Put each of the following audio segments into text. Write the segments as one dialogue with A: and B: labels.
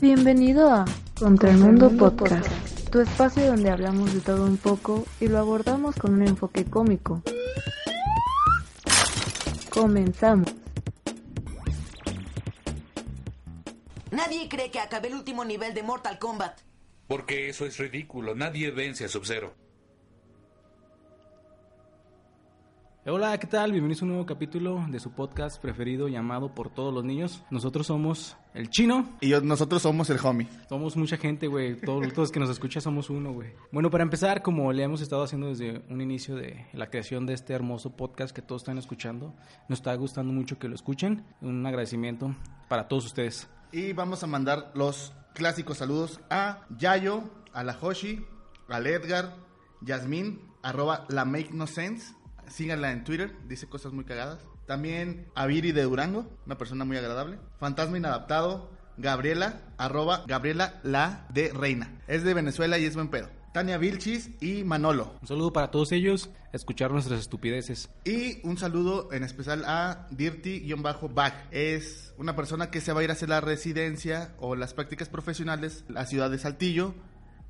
A: Bienvenido a Contra el Mundo Podcast, tu espacio donde hablamos de todo un poco y lo abordamos con un enfoque cómico. Comenzamos.
B: Nadie cree que acabé el último nivel de Mortal Kombat.
C: Porque eso es ridículo. Nadie vence a Sub-Zero.
D: Hola, ¿qué tal? Bienvenidos a un nuevo capítulo de su podcast preferido llamado Por Todos los Niños. Nosotros somos el chino.
E: Y yo- nosotros somos el homie.
D: Somos mucha gente, güey. Todos todos los que nos escuchan somos uno, güey. Bueno, para empezar, como le hemos estado haciendo desde un inicio de la creación de este hermoso podcast que todos están escuchando, nos está gustando mucho que lo escuchen. Un agradecimiento para todos ustedes.
E: Y vamos a mandar los clásicos saludos a Yayo, a la Hoshi, al Edgar, Yasmín, arroba la Make No Sense. Síganla en Twitter, dice cosas muy cagadas. También a Viri de Durango, una persona muy agradable. Fantasma Inadaptado, Gabriela, arroba Gabriela la de Reina. Es de Venezuela y es buen pedo. Tania Vilchis y Manolo.
D: Un saludo para todos ellos, a escuchar nuestras estupideces.
E: Y un saludo en especial a Dirty-Back. Es una persona que se va a ir a hacer la residencia o las prácticas profesionales a la ciudad de Saltillo.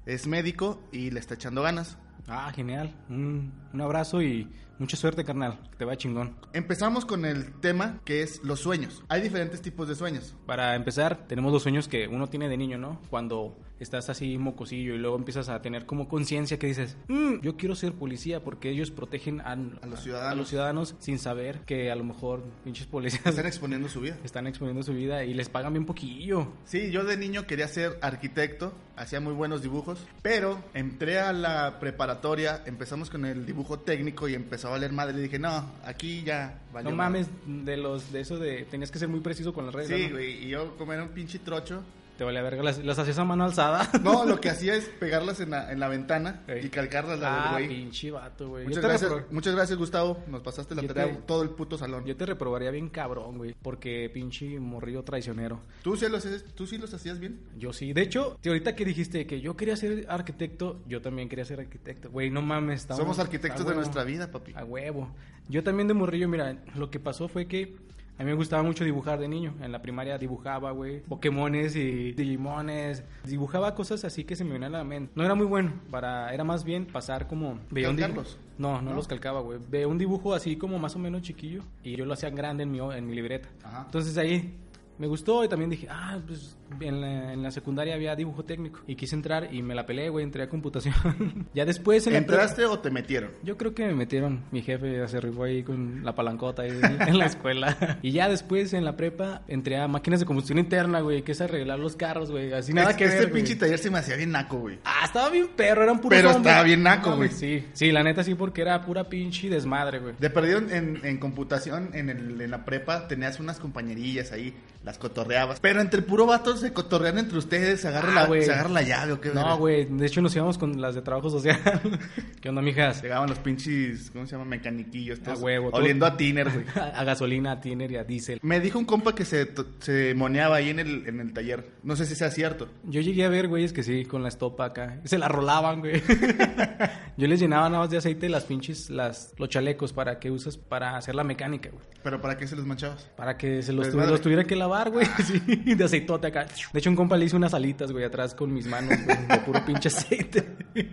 E: Es médico y le está echando ganas.
D: Ah, genial. Un, un abrazo y mucha suerte, carnal. Que te va chingón.
E: Empezamos con el tema que es los sueños. Hay diferentes tipos de sueños.
D: Para empezar, tenemos los sueños que uno tiene de niño, ¿no? Cuando estás así mocosillo y luego empiezas a tener como conciencia que dices, "Mm, yo quiero ser policía porque ellos protegen a,
E: los ciudadanos.
D: a los ciudadanos sin saber que a lo mejor pinches policías
E: Están exponiendo su vida.
D: están exponiendo su vida y les pagan bien poquillo.
E: Sí, yo de niño quería ser arquitecto, hacía muy buenos dibujos, pero entré a la preparatoria, empezamos con el dibujo técnico y empezó a valer madre. Y dije, no, aquí ya valió
D: no
E: madre".
D: mames de los de eso de tenías que ser muy preciso con las reglas.
E: Sí,
D: ¿no?
E: güey, y yo como era un pinche trocho,
D: Te vale verga, las, las hacías a mano alzada.
E: No, lo que hacía es pegarlas en la, en la ventana
D: Ey.
E: y calcarlas la
D: ah,
E: del güey.
D: pinche vato, güey. Yo
E: Muchas
D: te
E: gracias,
D: repro-
E: muchas gracias, Gustavo. Nos pasaste la
D: Yo te-
E: tarea todo el puto salón.
D: Yo te reprobaría bien cabrón, güey, porque pinche morrillo traicionero.
E: ¿Tú, sí los, ¿Tú sí los hacías bien?
D: Yo sí. De hecho, te- ahorita que dijiste que yo quería ser arquitecto, yo también quería ser arquitecto. Güey, no mames. estamos-
E: Somos arquitectos
D: a
E: de
D: huevo,
E: nuestra vida, papi.
D: A huevo. Yo también de morrillo, mira, lo que pasó fue que a mí me gustaba mucho dibujar de niño. En la primaria dibujaba, güey, Pokémones y Digimones. Dibujaba cosas así que se me venían a la mente. No era muy bueno, para era más bien pasar como... veía un dibu-
E: ¿Calcarlos?
D: No, no,
E: ¿No?
D: los calcaba, güey. Veía un dibujo así como más o menos chiquillo y yo lo hacía grande en mi, en mi libreta.
E: Ajá.
D: Entonces ahí me gustó y también dije, ah, pues en la, en la secundaria había dibujo técnico y quise entrar y me la peleé, güey, entré a computación. ya después en la prepa-
E: ¿Entraste o te metieron?
D: yo creo que me metieron, mi jefe se rifó ahí con la palancota ahí en la escuela. Y ya después en la prepa entré a máquinas de combustión interna, güey, que es arreglar los carros, güey, así nada
E: Es-
D: que
E: este
D: ver. güey.
E: pinche taller se me hacía bien naco, güey.
D: Ah, estaba bien perro, era un puro
E: Pero estaba bien naco, güey.
D: Sí, sí, la neta sí, porque era pura pinche desmadre, güey.
E: De perdido en, en computación, en, el- en la prepa, tenías unas compañerillas ahí, las cotorreabas. Pero entre puro vato se cotorrean entre ustedes, se agarra,
D: Ah,
E: la,
D: güey.
E: se agarra la llave o qué. verga.
D: No, güey, de hecho nos íbamos con las de trabajo social. ¿Qué onda, mijas?
E: Llegaban los pinches, ¿cómo se llama? Mecaniquillos. todos
D: huevo, todo-
E: Oliendo a tiner, güey.
D: A gasolina, a tiner y a diésel.
E: Me dijo un compa que se, to- se moneaba ahí en el, en el taller. No sé si sea cierto.
D: Yo llegué a ver, güeyes, que sí, con la estopa acá. Se la rolaban, güey. Yo les llenaba nada más de aceite las pinches, las, los chalecos para que usas para hacer la mecánica, güey.
E: Pero ¿para qué se los manchabas?
D: Para que se los,
E: Pues
D: tuvi-
E: madre.
D: los tuviera que lavar, güey. Sí, de aceitote acá. De hecho, un compa le hice unas alitas, güey, atrás con mis manos, güey, de puro pinche aceite.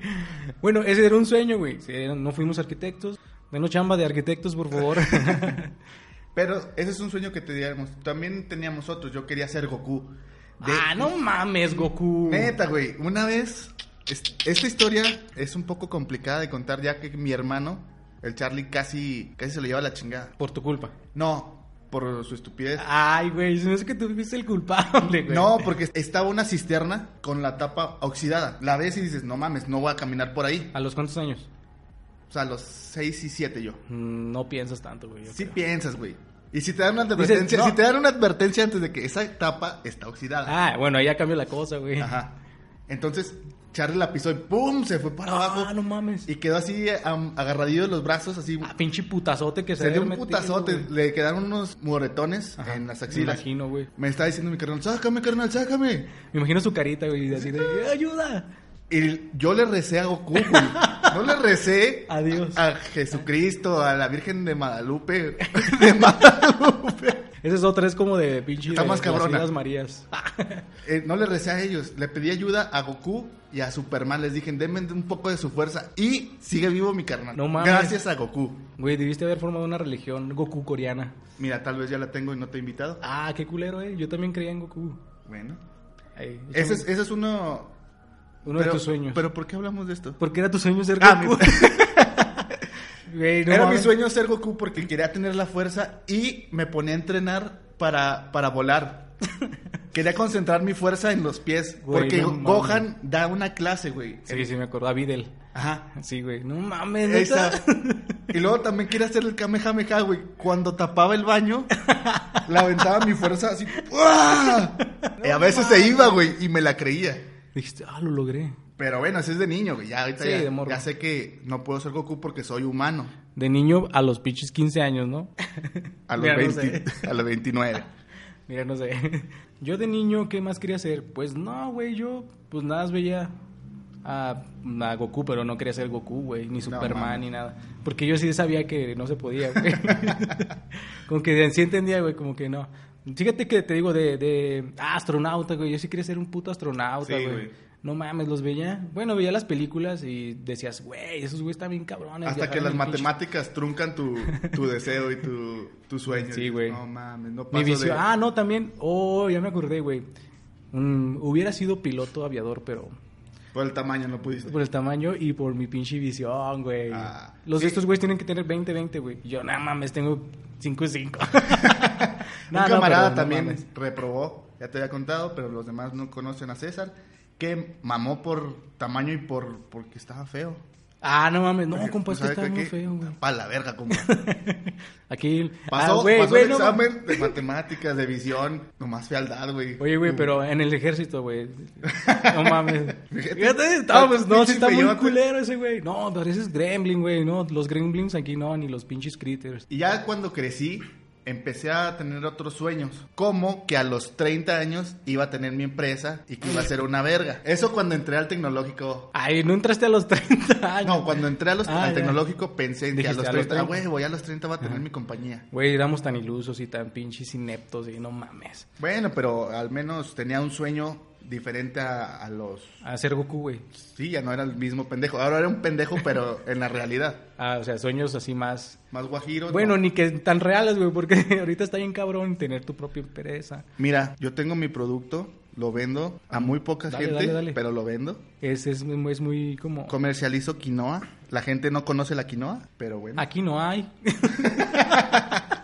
D: bueno, ese era un sueño, güey. Sí, no fuimos arquitectos. Denos chamba de arquitectos, por favor.
E: Pero ese es un sueño que teníamos. También teníamos otros. Yo quería ser Goku. De-
D: Ah, no mames, Goku.
E: Neta, güey. Una vez... es- esta historia es un poco complicada de contar ya que mi hermano, el Charlie, casi, casi se lo lleva a la chingada.
D: Por tu culpa.
E: No, por su estupidez.
D: Ay, güey, se me hace que tú fuiste el culpable, güey.
E: No, porque estaba una cisterna con la tapa oxidada. La ves y dices, no mames, no voy a caminar por ahí.
D: ¿A los cuántos años?
E: O sea, a los 6 y 7 yo.
D: Mm, No piensas tanto, güey. yo
E: Sí
D: creo.
E: piensas, güey. Y si te dan una
D: Dices,
E: advertencia,
D: no.
E: si te dan una advertencia antes de que esa tapa está oxidada.
D: Ah, bueno, ahí ya cambió la cosa, güey.
E: Ajá. Entonces, Charlie la pisó y ¡pum! se fue para abajo.
D: Ah, no mames.
E: Y quedó así am, agarradillo de los brazos, así.
D: Ah, pinche putazote que se
E: se dio
D: había
E: un
D: metido,
E: putazote.
D: güey.
E: Le quedaron unos moretones
D: Ajá,
E: en las
D: Me
E: axilas.
D: imagino, güey.
E: Me está diciendo mi carnal, sácame, carnal, sácame.
D: Me imagino su carita, güey, así de ayuda.
E: Y yo le recé a Goku, güey. No le recé
D: A Dios.
E: a Jesucristo, a la Virgen de Guadalupe. De Guadalupe.
D: Esa es otra, es como de pinche.
E: Está
D: de
E: más
D: las
E: cabrona.
D: Islas Marías.
E: Eh, no le recé a ellos, le pedí ayuda a Goku y a Superman. Les dije, denme un poco de su fuerza y sigue vivo mi carnal.
D: No mames.
E: Gracias a Goku.
D: Güey, debiste haber formado una religión Goku coreana.
E: Mira, tal vez ya la tengo y no te he invitado.
D: Ah, qué culero, eh. Yo también creía en Goku.
E: Bueno.
D: Ay,
E: Ese es,
D: échame
E: ese es uno...
D: uno de
E: pero-
D: tus sueños.
E: Pero ¿por qué hablamos de esto?
D: Porque era tu sueño ser
E: Ah,
D: Goku. Güey, no
E: Era mi
D: mames.
E: sueño ser Goku porque quería tener la fuerza y me ponía a entrenar para, para volar. quería concentrar mi fuerza en los pies.
D: Güey,
E: porque
D: no mames.
E: Gohan da una clase, güey.
D: Sí, sí, me acordaba Videl.
E: Ajá.
D: Sí, güey. No mames,
E: Esa.
D: ¿neta?
E: Y luego también quería hacer el Kamehameha, güey. Cuando tapaba el baño, la aventaba mi fuerza así. ¡Uah! y a veces se iba, güey, y me la creía.
D: Dijiste, ah, lo logré.
E: Pero bueno, así es de niño, güey. Ya ahorita
D: Sí,
E: ya-
D: de morro.
E: ya sé que no puedo ser Goku porque soy humano.
D: De niño a los pinches 15 años, ¿no?
E: A los,
D: Mira, no
E: 20
D: sé.
E: a los 29.
D: Mira, no sé. Yo de niño, ¿qué más quería hacer? Pues no, güey, yo pues nada más veía a, a Goku, pero no quería ser Goku, güey, ni Superman,
E: mames.
D: ni nada. Porque yo sí sabía que no se podía, güey. como que sí entendía, güey, como que no. Fíjate que te digo de, de ah, astronauta, güey, yo sí quería ser un puto astronauta,
E: Sí,
D: güey.
E: güey.
D: no mames, los veía. Bueno, veía las películas y decías, güey, esos güey están bien cabrones.
E: Hasta que
D: viajaron
E: las
D: en pinche-
E: matemáticas truncan tu, tu deseo y tu, tu sueño.
D: Sí, güey.
E: No mames, no paso
D: Mi visión.
E: de-
D: Ah, no, también. Oh, ya me acordé, güey. Mm, hubiera sido piloto aviador, pero
E: Por el tamaño no pudiste.
D: por el tamaño y por mi pinche visión, güey.
E: Ah,
D: Los
E: sí.
D: estos güeyes tienen que tener 20, 20, güey. Yo, nada mames, tengo 5 y 5.
E: Un camarada también reprobó, ya te había contado, pero los demás no conocen a César, que mamó por tamaño y por porque estaba feo.
D: Ah, no mames, no, compa, es que
E: ¿Sabe
D: está
E: Pues, qué?
D: muy feo, güey.
E: Pa' la verga, compa.
D: Aquí.
E: Pasó,
D: ah, güey,
E: pasó
D: güey,
E: el
D: no mames.
E: examen de matemáticas, de visión, nomás fealdad, güey.
D: Oye, güey,
E: Tú-
D: pero en el ejército, güey. No mames.
E: Fíjate.
D: Fíjate, está, pues, no, sí
E: Pinche
D: está muy
E: peyote.
D: culero ese, güey. No, pareces gremlin, güey. No, los gremlins aquí no, ni los pinches critters.
E: Y ya cuando crecí, empecé a tener otros sueños. Como que a los 30 años iba a tener mi empresa y que iba a ser una verga. Eso cuando entré al tecnológico.
D: Ay, no entraste a los 30 años.
E: No, cuando entré a los-
D: Ah,
E: al
D: ya.
E: tecnológico pensé en que a
D: Dijiste,
E: los
D: a los
E: 30, ah,
D: 30.
E: huevo, ya a los 30 va a tener mi compañía.
D: Güey, éramos tan ilusos y tan pinches ineptos y no mames.
E: Bueno, pero al menos tenía un sueño diferente a, a los...
D: A ser Goku, güey.
E: Sí, ya no era el mismo pendejo. Ahora era un pendejo, pero en la realidad.
D: Ah, o sea, sueños así más...
E: Más guajiro.
D: Bueno,
E: no.
D: ni que tan reales, güey, porque ahorita está bien cabrón tener tu propia empresa.
E: Mira, yo tengo mi producto, lo vendo a muy poca
D: Dale,
E: gente,
D: dale, dale.
E: pero lo vendo.
D: Es, es, muy- es muy como...
E: Comercializo quinoa. La gente no conoce la quinoa, pero bueno.
D: Aquí no hay.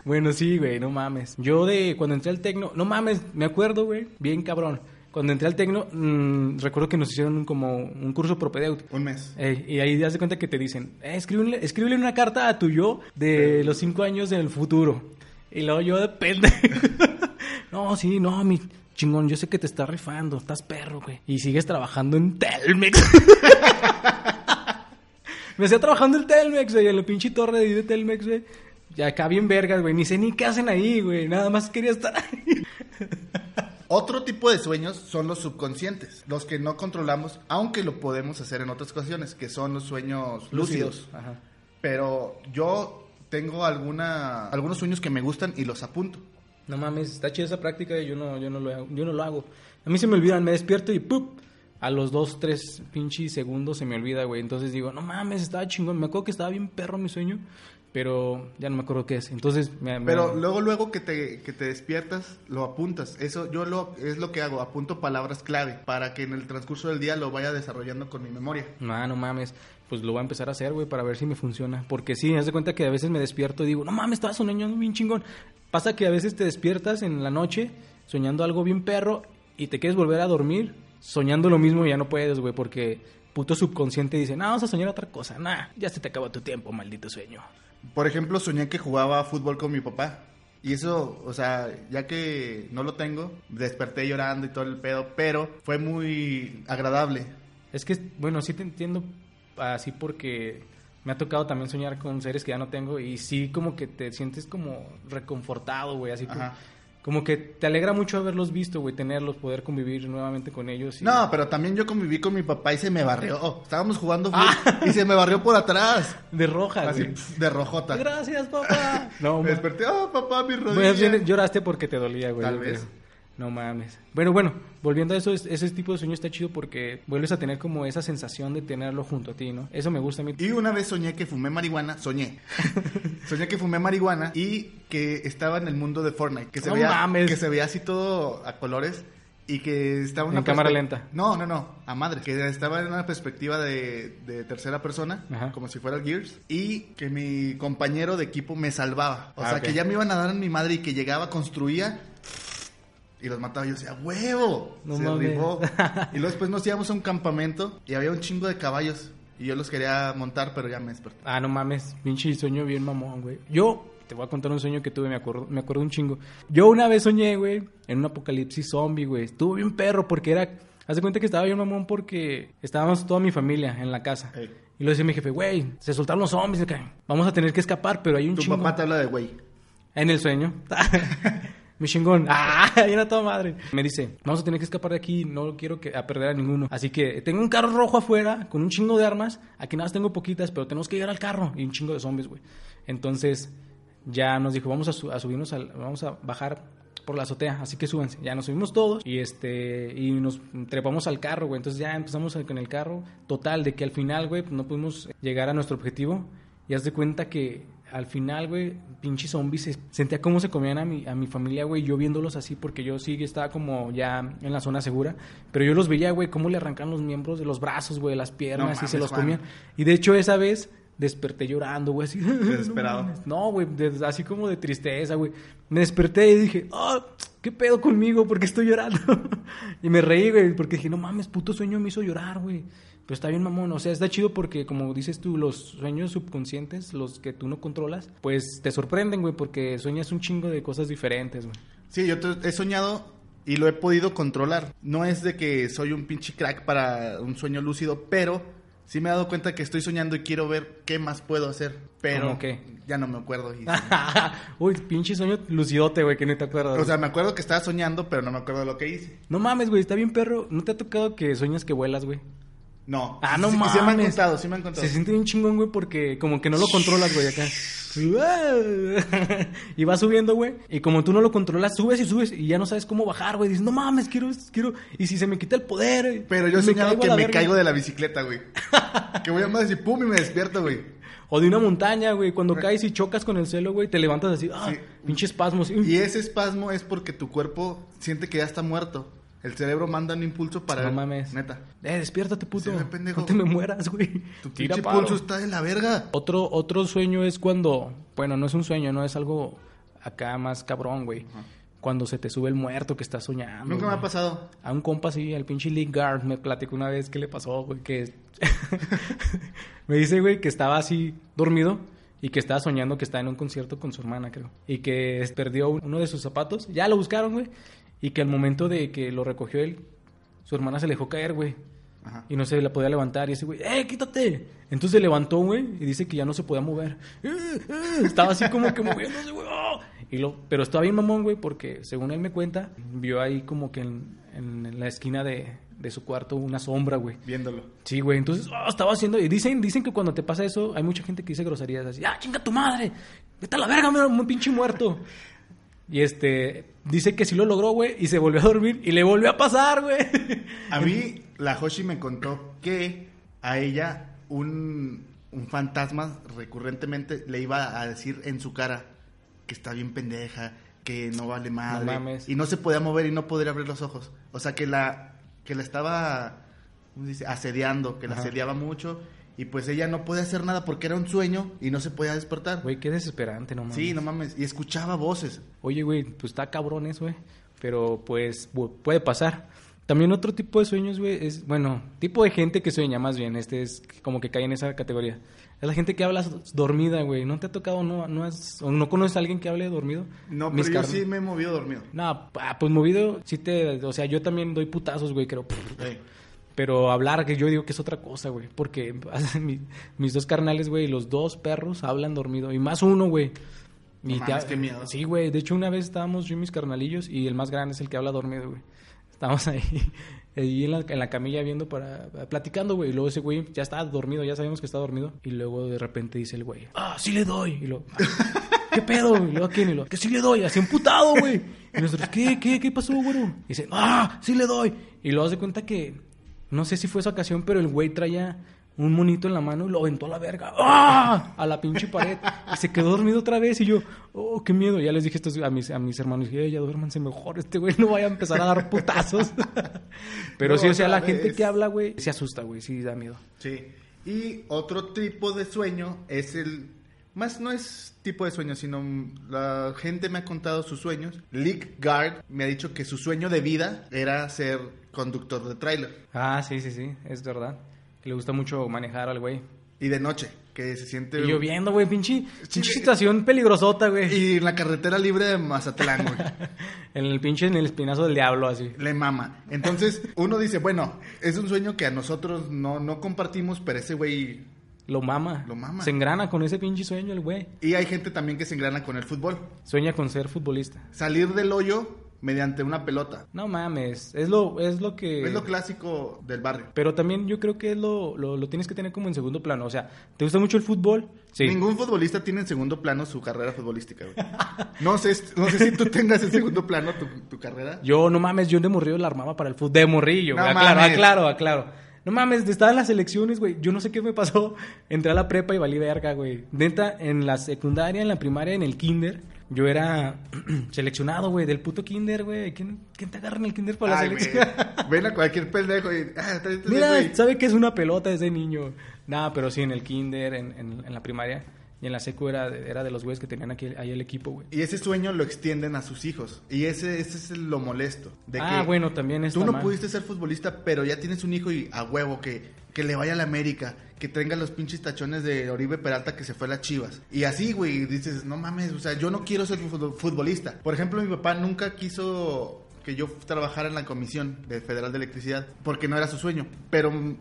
D: bueno, sí, güey, no mames. Yo de cuando entré al tecno, no mames, me acuerdo, güey, bien cabrón. Cuando entré al tecno, mm, recuerdo que nos hicieron como un curso propedéutico.
E: Un mes.
D: Ey, Eh, y ahí te das cuenta que te dicen, eh, escríbele, escríbele una carta a tu yo de los cinco años del futuro. Y luego yo depende. no, sí, no, mi chingón, yo sé que te estás rifando, estás perro, güey. Y sigues trabajando en Telmex. Me hacía trabajando en Telmex, güey, en la pinche torre de ahí de Telmex, güey. Y acá bien vergas, güey. Ni sé ni qué hacen ahí, güey. Nada más quería estar ahí.
E: Otro tipo de sueños son los subconscientes, los que no controlamos, aunque lo podemos hacer en otras ocasiones, que son los sueños lúcidos.
D: Ajá.
E: Pero yo tengo alguna, algunos sueños que me gustan y los apunto.
D: No mames, está chida esa práctica y yo no, yo no lo hago, yo no lo hago. A mí se me olvidan, me despierto y ¡pup! A los dos, tres pinches segundos se me olvida, güey. Entonces digo, no mames, estaba chingón. Me acuerdo que estaba bien perro mi sueño, pero ya no me acuerdo qué es. Entonces, me, me-
E: Pero luego, luego que te, que te despiertas, lo apuntas. Eso yo lo, es lo que hago, apunto palabras clave para que en el transcurso del día lo vaya desarrollando con mi memoria.
D: No, no mames. Pues lo voy a empezar a hacer, güey, para ver si me funciona. Porque sí, haz de cuenta que a veces me despierto y digo, no mames, estaba soñando bien chingón. Pasa que a veces te despiertas en la noche soñando algo bien perro y te quieres volver a dormir soñando lo mismo y ya no puedes, güey, porque puto subconsciente dice, no, vamos a soñar otra cosa. Nah, ya se te acabó tu tiempo, maldito sueño.
E: Por ejemplo, soñé que jugaba fútbol con mi papá. Y eso, o sea, ya que no lo tengo, desperté llorando y todo el pedo, pero fue muy agradable.
D: Es que, bueno, sí te entiendo así porque me ha tocado también soñar con seres que ya no tengo y sí como que te sientes como reconfortado, güey, así como...
E: Ajá.
D: como que te alegra mucho haberlos visto, güey, tenerlos, poder convivir nuevamente con ellos. y-
E: No, pero también yo conviví con mi papá y se me barrió. Oh, Estábamos jugando fútbol
D: Ah.
E: y se me barrió por atrás.
D: De roja,
E: Así,
D: güey.
E: pf, de rojota.
D: Gracias, papá. No,
E: Me
D: mames.
E: desperté, oh, papá, mi rodilla.
D: Bueno, sí, Pues, lloraste porque te dolía, güey.
E: Tal
D: yo
E: vez.
D: creo. No mames. Pero bueno, volviendo a eso, es- ese tipo de sueño está chido porque vuelves a tener como esa sensación de tenerlo junto a ti, ¿no? Eso me gusta a mí.
E: Y una vez soñé que fumé marihuana, soñé. soñé que fumé marihuana y que estaba en el mundo de Fortnite, que se
D: No
E: veía
D: mames.
E: que se veía así todo a colores y que estaba una
D: En cámara
E: perspe-
D: lenta.
E: No, no, no, a madre, que estaba en una perspectiva de, de tercera persona,
D: Ajá.
E: como si fuera el Gears y que mi compañero de equipo me salvaba. O
D: Ah,
E: sea,
D: ok.
E: que ya me iban a dar en mi madre y que llegaba, construía y los mataba. Yo decía, ¡huevo!
D: No
E: se
D: mames.
E: rifó. Y luego después nos íbamos a un campamento y había un chingo de caballos. Y yo los quería montar, pero ya me desperté.
D: Ah, no mames, pinche sueño bien mamón, güey. Yo te voy a contar un sueño que tuve, me acuerdo, me acuerdo un chingo. Yo una vez soñé, güey, en un apocalipsis zombie, güey. Estuvo bien perro porque era. Haz de cuenta que estaba bien mamón porque estábamos toda mi familia en la casa.
E: Ey.
D: Y lo decía mi jefe, güey, se soltaron los zombies, acá. vamos a tener que escapar, pero hay un
E: Tu
D: chingo.
E: papá te habla de güey.
D: En el sueño. Mi chingón. ¡Ah! Era toda madre. Me dice, vamos a tener que escapar de aquí. No quiero que, a perder a ninguno. Así que tengo un carro rojo afuera con un chingo de armas. Aquí nada más tengo poquitas, pero tenemos que llegar al carro. Y un chingo de zombies, güey. Entonces ya nos dijo, vamos a, su- a subirnos, al, vamos a bajar por la azotea. Así que súbanse. Ya nos subimos todos y este y nos trepamos al carro, güey. Entonces ya empezamos con el carro. Total, de que al final, güey, no pudimos llegar a nuestro objetivo. Y haz de cuenta que al final, güey, pinche zombies, se- sentía cómo se comían a mi, a mi familia, güey, yo viéndolos así, porque yo sí estaba como ya en la zona segura, pero yo los veía, güey, cómo le arrancan los miembros de los brazos, güey, las piernas y
E: mames,
D: se los
E: Juan.
D: comían. Y de hecho, esa vez desperté llorando, güey, así.
E: Desesperado.
D: No mames. No, güey, de- así como de tristeza, güey. Me desperté y dije, ah, ¿qué pedo conmigo? ¿Por qué estoy llorando? y me reí, güey, porque dije, no mames, puto sueño me hizo llorar, güey. Pero está bien, mamón. O sea, está chido porque, como dices tú, los sueños subconscientes, los que tú no controlas, pues te sorprenden, güey, porque sueñas un chingo de cosas diferentes, güey.
E: Sí, yo te- he soñado y lo he podido controlar. No es de que soy un pinche crack para un sueño lúcido, pero sí me he dado cuenta que estoy soñando y quiero ver qué más puedo hacer. Pero
D: ¿Cómo qué? Ah.
E: ya no me acuerdo. y-
D: Uy, pinche sueño lucidote, güey, que no te acuerdas.
E: o sea, me acuerdo que estaba soñando, pero no me acuerdo lo que hice.
D: no mames, güey, está bien, perro. ¿No te ha tocado que sueñas que vuelas, güey?
E: No.
D: Ah, no
E: sí,
D: mames.
E: Sí me han contado, sí me han contado.
D: Se siente bien chingón, güey, porque como que no lo controlas, güey, acá. Y va subiendo, güey. Y como tú no lo controlas, subes y subes y ya no sabes cómo bajar, güey. Dices, no mames, quiero, quiero. Y si se me quita el poder. eh,
E: Pero yo he
D: me
E: soñado
D: caigo a
E: que
D: la
E: me
D: verga".
E: caigo de la bicicleta, güey. que voy a más y pum, y me despierto, güey.
D: O de una montaña, güey. Cuando caes y chocas con el suelo, güey, te levantas así. Ah,
E: Sí.
D: pinche espasmos.
E: Y ese espasmo es porque tu cuerpo siente que ya está muerto. El cerebro manda un impulso para.
D: No mames.
E: Neta.
D: Eh, despiértate, puto.
E: Sí, güey, pendejo.
D: No te me mueras, güey.
E: Tu
D: Tira
E: pinche
D: paro.
E: pulso está de la verga.
D: Otro, otro sueño es cuando, bueno, no es un sueño, no es algo acá más cabrón, güey. Cuando se te sube el muerto que estás soñando.
E: Nunca me
D: güey.
E: ha pasado.
D: A un compa así, al pinche Lee Guard, me platicó una vez que le pasó, güey, que... me dice, güey, que estaba así dormido y que estaba soñando que estaba en un concierto con su hermana, creo. Y que perdió uno de sus zapatos, ya lo buscaron, güey. Y que al momento de que lo recogió él, su hermana se le dejó caer, güey.
E: Ajá.
D: Y no se la podía levantar. Y ese güey, ¡eh, quítate! Entonces se levantó, güey, y dice que ya no se podía mover. ¡Eh, eh! Estaba así como que moviéndose, güey. ¡oh! Y lo, pero estaba bien mamón, güey, porque según él me cuenta, vio ahí como que en, en la esquina de, de su cuarto una sombra, güey.
E: Viéndolo.
D: Sí, güey, entonces ah, estaba haciendo. Y dicen, dicen que cuando te pasa eso, hay mucha gente que dice groserías así: ¡Ah, chinga tu madre! ¡Vete a la verga, mero, un pinche muerto! Y este, dice que sí lo logró, güey, y se volvió a dormir y le volvió a pasar, güey.
E: A mí, la Hoshi me contó que a ella un, un fantasma recurrentemente le iba a decir en su cara que está bien pendeja, que no vale madre.
D: mames.
E: Y no se podía mover y no podía abrir los ojos. O sea, que la, que la estaba ¿cómo se dice? asediando, que la
D: Ajá.
E: asediaba mucho. Y pues ella no podía hacer nada porque era un sueño y no se podía despertar.
D: Güey, qué desesperante, no mames.
E: sí, no mames. Y escuchaba voces.
D: Oye, güey, pues está cabrón eso, güey. Pero pues bu- puede pasar. También otro tipo de sueños, güey, es, bueno, tipo de gente que sueña más bien, este es como que cae en esa categoría. Es la gente que habla s- dormida, güey. ¿No te ha tocado, no, no, has- o no conoces a alguien que hable dormido?
E: No,
D: Mis
E: pero yo
D: carn-
E: sí me he movido dormido.
D: No, pa- pues movido, sí te, o sea, yo también doy putazos, güey, creo.
E: Sí.
D: Pero hablar, que yo digo que es otra cosa, güey. Porque mi- mis dos carnales, güey, los dos perros hablan dormido. Y más uno, güey.
E: No
D: te
E: mames,
D: ha-
E: qué miedo.
D: Sí, güey. De hecho, una vez estábamos yo y mis carnalillos y el más grande es el que habla dormido, güey. Estábamos ahí, ahí en, la, en la camilla viendo para... platicando, güey. Y luego ese güey ya está dormido, ya sabemos que está dormido. Y luego de repente dice el güey, ¡Ah, sí le doy! Y lo... ¿Qué pedo? Y luego, ¿a quién? Y lo, que sí le doy, así emputado, güey. Y nosotros, ¿qué? ¿Qué? ¿Qué pasó, güey? Y dice, ¡ah! Sí le doy. Y luego se cuenta que, no sé si fue esa ocasión, pero el güey traía un monito en la mano y lo aventó a la verga. ¡Ah! A la pinche pared. Y se quedó dormido otra vez. Y yo, ¡oh, qué miedo! Ya les dije esto a mis, a mis hermanos. Dije, "Ey, ya duérmanse mejor. Este güey no vaya a empezar a dar putazos. pero
E: No,
D: sí, o sea,
E: otra
D: la gente
E: vez.
D: que habla, güey, se asusta, güey. Sí, da miedo.
E: Sí. Y otro tipo de sueño es el. Más no es tipo de sueño, sino mm, la gente me ha contado sus sueños. Lick Guard me ha dicho que su sueño de vida era ser conductor de tráiler.
D: Ah, sí, sí, sí. Es verdad. Que le gusta mucho manejar al güey.
E: Y de noche, que se siente.
D: Y lloviendo, güey, pinche, pinche
E: Sí.
D: situación peligrosota, güey.
E: Y en la carretera libre de Mazatlán, güey.
D: En el pinche, en el espinazo del diablo, así.
E: Le mama. Entonces, uno dice, bueno, es un sueño que a nosotros no, no compartimos, pero ese güey.
D: Lo mama.
E: Lo mama.
D: Se engrana con ese pinche sueño el güey.
E: Y hay gente también que se engrana con el fútbol.
D: Sueña con ser futbolista.
E: Salir del hoyo mediante una pelota.
D: No mames, es lo, es lo que...
E: Es lo clásico del barrio.
D: Pero también yo creo que es lo, lo, lo tienes que tener como en segundo plano. O sea, ¿te gusta mucho el fútbol? Sí.
E: Ningún futbolista tiene en segundo plano su carrera futbolística, güey. No sé, no sé si tú tengas en segundo plano tu, tu carrera.
D: Yo, no mames, yo de morrillo la armaba para el fútbol. De morrillo,
E: No
D: güey, aclaro,
E: mames.
D: aclaro, aclaro. No mames, estaba en las elecciones, güey. Yo no sé qué me pasó. Entré a la prepa y valí verga, güey. Neta, en la secundaria, en la primaria, en el kinder, yo era seleccionado, güey, del puto kinder, güey. ¿Quién, quién te agarra en el kinder para la
E: Ay,
D: selección?
E: güey. Ven a cualquier pendejo y... ah, tráete ese güey.
D: Mira, sabe que es una pelota ese niño. Nada, pero sí, en el kinder, en, en- en la primaria y en la secu era, era de los güeyes que tenían aquí, ahí el equipo, güey.
E: Y ese sueño lo extienden a sus hijos. Y ese, ese es lo molesto. De
D: Ah,
E: que
D: bueno, también está
E: Tú no
D: mal.
E: pudiste ser futbolista, pero ya tienes un hijo y a huevo que, que le vaya a la América. Que tenga los pinches tachones de Oribe Peralta que se fue a las chivas. Y así, güey, dices, no mames, o sea, yo no quiero ser fut- futbolista. Por ejemplo, mi papá nunca quiso que yo trabajara en la comisión de Federal de Electricidad porque no era su sueño. Pero mm,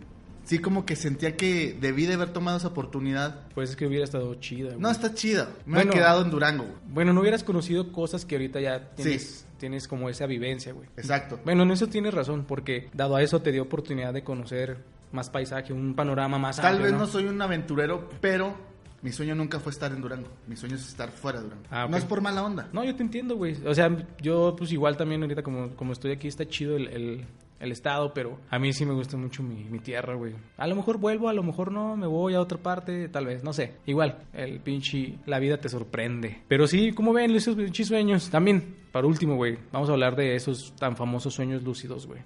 E: sí, como que sentía que debí de haber tomado esa oportunidad.
D: Pues es que hubiera estado chida, güey.
E: No, está chida. Me
D: Bueno.
E: he quedado en Durango, güey.
D: Bueno, no hubieras conocido cosas que ahorita ya tienes,
E: Sí.
D: tienes como esa vivencia, güey.
E: Exacto.
D: Bueno, en eso tienes razón, porque dado a eso te dio oportunidad de conocer más paisaje, un panorama más
E: Tal
D: amplio,
E: vez no soy un aventurero, pero mi sueño nunca fue estar en Durango. Mi sueño es estar fuera de Durango.
D: Ah, ok.
E: No es por mala onda.
D: No, yo te entiendo, güey. O sea, yo pues igual también ahorita como, como estoy aquí está chido el, el- el estado, pero a mí sí me gusta mucho mi, mi tierra, güey. A lo mejor vuelvo, a lo mejor no, me voy a otra parte, tal vez, no sé. Igual, el pinche, la vida te sorprende. Pero sí, como ven, esos pinches sueños. También, para último, güey, vamos a hablar de esos tan famosos sueños lúcidos, güey.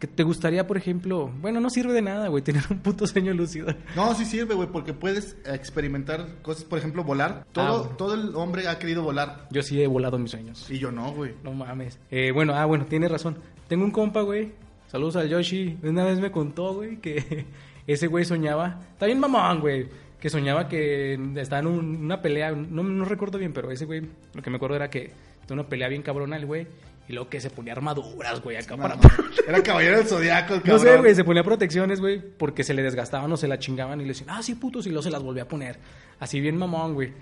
D: Que te gustaría, por ejemplo, bueno, no sirve de nada, güey, tener un puto sueño lúcido.
E: No, sí sirve, güey, porque puedes experimentar cosas, por ejemplo,
D: Ah,
E: volar. Todo,
D: bueno.
E: todo el hombre ha querido volar.
D: Yo sí he volado mis sueños.
E: Y yo no, güey.
D: No mames. Eh, bueno, ah, bueno, tienes razón. Tengo un compa, güey. Saludos al Yoshi. Una vez me contó, güey, que ese güey soñaba. Está bien mamón, güey. Que soñaba que estaba en un- una pelea. No, no recuerdo bien, pero ese güey, lo que me acuerdo era que estaba en una pelea bien cabrona el güey. Y luego que se ponía armaduras, güey, acá para.
E: No, Era caballero del zodiaco, el
D: No
E: cabrón.
D: sé, güey, se ponía protecciones, güey, porque se le desgastaban o se la chingaban y le decían, ah, sí, putos, y luego se las volvía a poner. Así bien mamón, güey.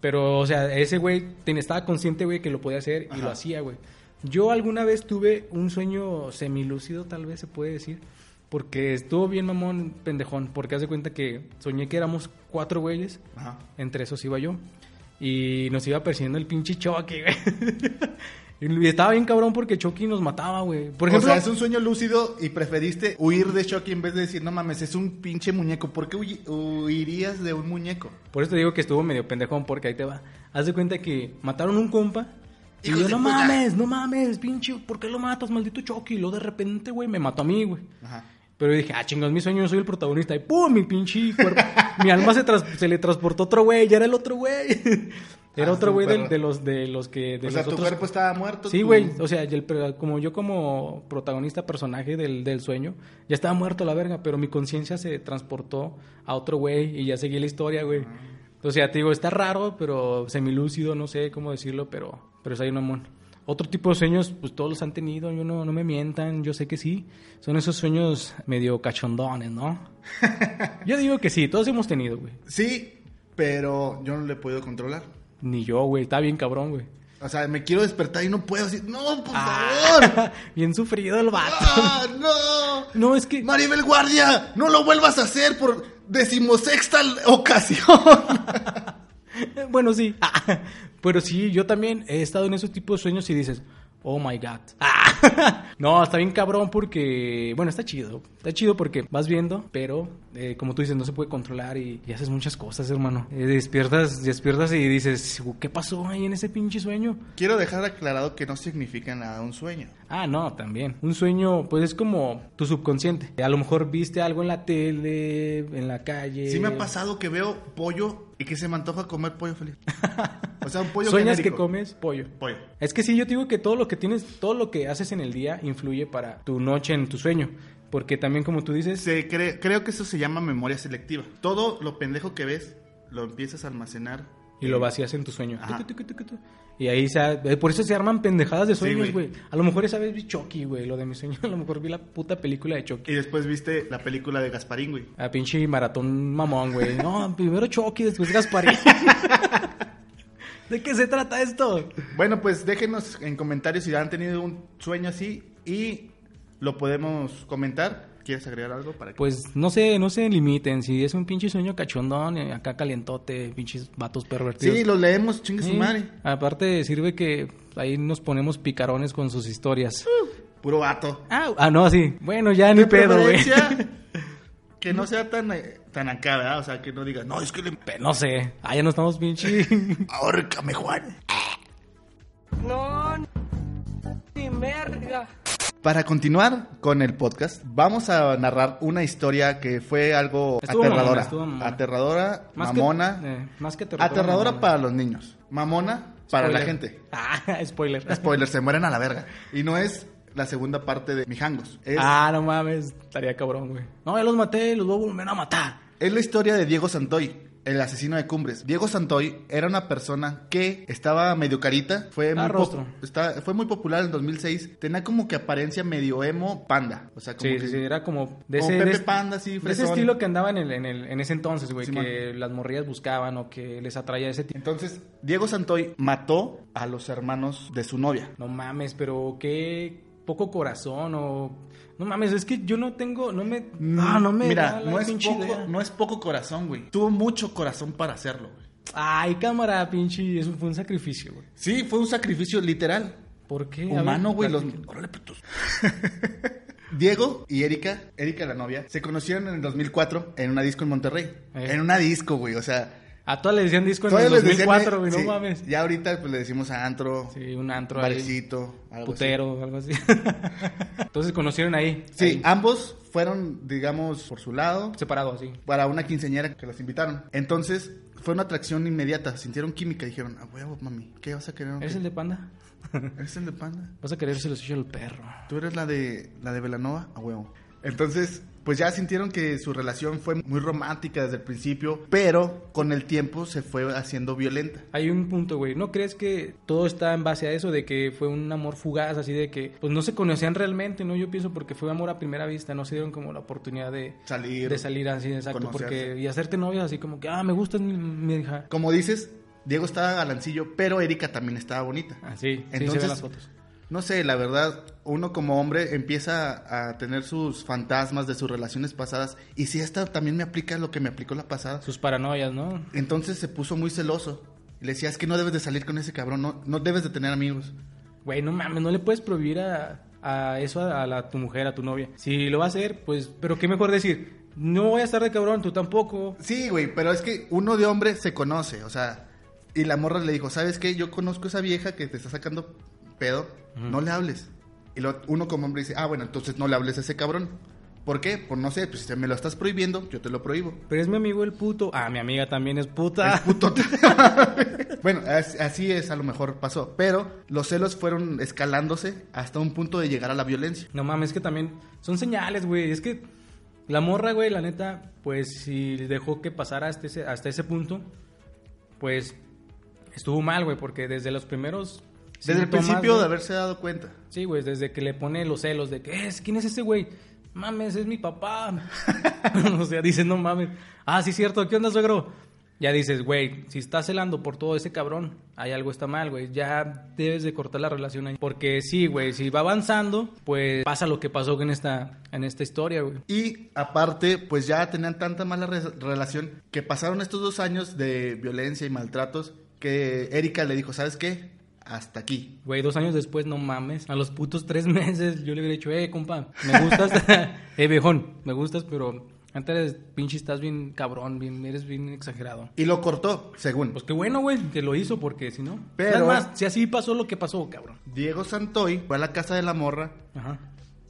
D: Pero, o sea, ese güey ten- estaba consciente, güey, que lo podía hacer y lo
E: Ajá.
D: hacía, güey. Yo alguna vez tuve un sueño semilúcido, tal vez se puede decir, porque estuvo bien mamón, pendejón, porque hace cuenta que soñé que éramos cuatro güeyes
E: Ajá.
D: entre esos iba yo. Y nos iba persiguiendo el pinche Chucky, güey. Y estaba bien cabrón porque Chucky nos mataba, güey. Por ejemplo,
E: o sea, es un sueño lúcido y preferiste huir de Chucky en vez de decir, no mames, es un pinche muñeco. ¿Por qué huy- huirías de un muñeco?
D: Por eso te digo que estuvo medio pendejón, porque ahí te va. Haz de cuenta que mataron un compa. Y
E: ¡Hijos
D: yo,
E: de
D: no
E: puta!
D: mames, no mames, pinche, ¿por qué lo matas, maldito Chucky? Y luego de repente, güey, me mató a mí, güey.
E: Ajá.
D: Pero dije, ah, chingos, mi sueño, yo soy el protagonista. Y pum, mi pinche cuerpo, mi alma se, tras- se le transportó a otro güey, ya era el otro güey. Era
E: Ah,
D: otro güey del-
E: perro.
D: de, los, de los que... De
E: o sea,
D: los
E: tu
D: otros-
E: cuerpo estaba muerto.
D: Sí,
E: tu-
D: güey. O sea, y el per- como yo como protagonista, personaje del, del sueño, ya estaba muerto la verga, pero mi conciencia se transportó a otro güey y ya seguí la historia, güey. O sea, te digo, está raro, pero semilúcido, no sé cómo decirlo, pero, pero es ahí un amor. Otro tipo de sueños, pues todos los han tenido, yo no, no me mientan, yo sé que sí. Son esos sueños medio cachondones, ¿no? yo digo que sí, todos hemos tenido, güey.
E: Sí, pero yo no le he podido controlar.
D: Ni yo, güey. Estaba bien cabrón, güey.
E: O sea, me quiero despertar y no puedo decir, no, por favor.
D: Ah, bien sufrido el vato.
E: ¡Ah, no!
D: No, es que.
E: Maribel Guardia, no lo vuelvas a hacer por decimosexta ocasión.
D: Bueno, sí. Ah, pero sí, yo también he estado en esos tipos de sueños y dices, oh my god. Ah, no, está bien cabrón porque, bueno, está chido. Está chido porque vas viendo, pero eh, como tú dices, no se puede controlar y, y haces muchas cosas, hermano. Eh, despiertas, despiertas y dices, ¿qué pasó ahí en ese pinche sueño?
E: Quiero dejar aclarado que no significa nada un sueño.
D: Ah, no, también. Un sueño, pues es como tu subconsciente. A lo mejor viste algo en la tele, en la calle.
E: Sí me ha pasado que veo pollo y que se me antoja comer pollo feliz. O sea, un pollo
D: Sueñas que
E: genérico.
D: comes pollo.
E: Pollo.
D: Es que sí, yo te digo que todo lo que tienes, todo lo que haces en el día influye para tu noche en tu sueño. Porque también, como tú dices,
E: Se cre- creo que eso se llama memoria selectiva. Todo lo pendejo que ves lo empiezas a almacenar.
D: y lo vacías en tu sueño.
E: Ajá.
D: Tu, tu, tu, tu, tu, tu. Y ahí se, ha- eh, por eso se arman pendejadas de
E: Sí,
D: sueños,
E: güey.
D: güey. A lo mejor esa vez vi Chucky, güey, lo de mi sueño. A lo mejor vi la puta película de Chucky.
E: Y después viste la película de Gasparín, güey.
D: A pinche maratón mamón, güey. No, primero Chucky, después Gasparín. ¿De qué se trata esto?
E: Bueno, pues déjenos en comentarios si han tenido un sueño así y lo podemos comentar. ¿Quieres agregar algo para que...
D: Pues no sé, no se limiten. Si es un pinche sueño cachondón, eh, acá calientote, pinches vatos pervertidos.
E: sí, lo leemos, chingue su
D: Sí.
E: madre.
D: Aparte sirve que ahí nos ponemos picarones con sus historias.
E: Mm. Puro vato.
D: Ah, ah, no, sí. Bueno, ya ni
E: De
D: pedo, güey.
E: preferencia, Que no sea tan, eh, tan acá, ¿verdad? O sea, que no digas, no, es que le...
D: Pero No sé. Ah, ya no estamos pinche.
E: Ahórcame, Juan.
F: No, sin verga.
E: Para continuar con el podcast, vamos a narrar una historia que fue algo
D: Estuvo mamona,
E: aterradora.
D: estuvo mamona.
E: Aterradora,
D: Más que-
E: mamona.
D: eh, más que aterradora,
E: aterradora.
D: mamona.
E: para los niños. Mamona para la
D: Spoiler.
E: gente.
D: Ah, spoiler.
E: Spoiler, se mueren a la verga. Y no es la segunda parte de Mijangos. Es,
D: Ah, no mames. Estaría cabrón, güey. No, ya los maté, los voy a volver a matar.
E: es la historia de Diego Santoy. El asesino de Cumbres. Diego Santoy era una persona que estaba medio carita, fue
D: Ah,
E: muy, po-
D: rostro.
E: está- fue muy popular en 2006, tenía como que apariencia medio emo panda, o sea, como
D: Sí,
E: que
D: sí, sí, era como de
E: como
D: ese,
E: Pepe
D: de ese-
E: Panda, así,
D: de ese
E: fresón.
D: estilo que andaba en, el, en, el- en ese entonces, güey,
E: Simón.
D: que las morrillas buscaban o que les atraía ese tipo.
E: Entonces, Diego Santoy mató a los hermanos de su novia.
D: No mames, pero qué poco corazón o no mames, es que yo no tengo, no me, no, Ah, no me
E: Mm, Mira,
D: da la
E: no, es
D: pinche
E: poco,
D: idea.
E: no es poco corazón, güey. Tuvo mucho corazón para hacerlo, güey.
D: Ay, cámara, pinche, eso fue un sacrificio, güey.
E: Sí, fue un sacrificio literal.
D: ¿Por qué? A ver,
E: Humano, güey. los-
D: platica.
E: Órale, putos. Diego y Erika, Erika la novia, se conocieron en el 2004 en una disco en Monterrey.
D: Eh.
E: En una disco, güey, o sea...
D: A todas le decían disco en el
E: todavía les decían, eh,
D: 2004, güey,
E: sí,
D: no mames.
E: Ya ahorita pues le decimos a antro,
D: Sí, un antro ahí,
E: barecito, algo así.
D: putero, algo así. Entonces conocieron ahí.
E: Sí,
D: ahí,
E: ambos fueron, digamos, por su lado.
D: separado así.
E: para una quinceañera que los invitaron. Entonces, fue una atracción inmediata. Sintieron química. Dijeron, a huevo, mami, ¿qué vas a querer? o qué?
D: ¿Eres el de panda?
E: ¿Eres el de panda?
D: Vas a querer se los echo el perro.
E: ¿Tú eres la de, la de Velanova? A huevo. Entonces, pues ya sintieron que su relación fue muy romántica desde el principio, pero con el tiempo se fue haciendo violenta.
D: Hay un punto, güey. ¿No crees que todo está en base a eso de que fue un amor fugaz, así de que pues no se conocían realmente, no? Yo pienso porque fue amor a primera vista, no se dieron como la oportunidad de
E: Salir.
D: de salir así, exacto,
E: conocerse.
D: porque y hacerte novios así como que, ah, me gusta mi, mi hija.
E: Como dices, Diego estaba galancillo, pero Erika también estaba bonita.
D: Así, Ah, sí, se
E: Entonces,
D: ven las fotos.
E: No sé, la verdad, uno como hombre empieza a tener sus fantasmas de sus relaciones pasadas. Y si esta también me aplica lo que me aplicó la pasada.
D: Sus paranoias, ¿no?
E: Entonces se puso muy celoso. Y le decía, es que no debes de salir con ese cabrón, no, no debes de tener amigos.
D: Güey, no mames, no le puedes prohibir a, a eso a, la- a tu mujer, a tu novia. Si lo va a hacer, pues, pero qué mejor decir, no voy a estar de cabrón, tú tampoco.
E: Sí, güey, pero es que uno de hombre se conoce, o sea. Y la morra le dijo, ¿sabes qué? Yo conozco a esa vieja que te está sacando pedo, no le hables. Y lo- uno como hombre dice, ah, bueno, entonces no le hables a ese cabrón. ¿Por qué? Pues no sé, pues si me lo estás prohibiendo, yo te lo prohíbo.
D: Pero es mi amigo el puto. Ah, mi amiga también es puta.
E: El puto- bueno, as- así es, a lo mejor pasó. Pero los celos fueron escalándose hasta un punto de llegar a la violencia.
D: Pues, No mames, es que también son señales, güey. Es que la morra, güey, la neta, pues si dejó que pasara hasta ese, hasta ese punto, pues estuvo mal, güey, porque desde los primeros.
E: Desde el
D: síntomas,
E: principio
D: güey,
E: de haberse dado cuenta.
D: Sí, güey, desde que le pone los celos de que es, ¿quién es ese güey? Mames, es mi papá. o sea, dice, no mames. Ah, sí, cierto, ¿qué onda, suegro? ya dices, güey, si estás celando por todo ese cabrón, hay algo está mal, güey. Ya debes de cortar la relación ahí. Porque sí, güey, si va avanzando, pues pasa lo que pasó en esta, en esta historia, güey.
E: Y aparte, pues ya tenían tanta mala re- relación que pasaron estos dos años de violencia y maltratos que Erika le dijo, ¿sabes qué? Hasta aquí.
D: Güey, dos años después, no mames. A los putos tres meses yo le hubiera dicho, eh, compa, me gustas. eh, viejón, me gustas, pero antes, pinche, estás bien cabrón, bien, eres bien exagerado.
E: Y lo cortó, según.
D: Pues qué bueno, güey, que lo hizo, porque si no.
E: Pero-
D: Es más, si así pasó lo que pasó, cabrón.
E: Diego Santoy fue a la casa de la morra
D: Ajá.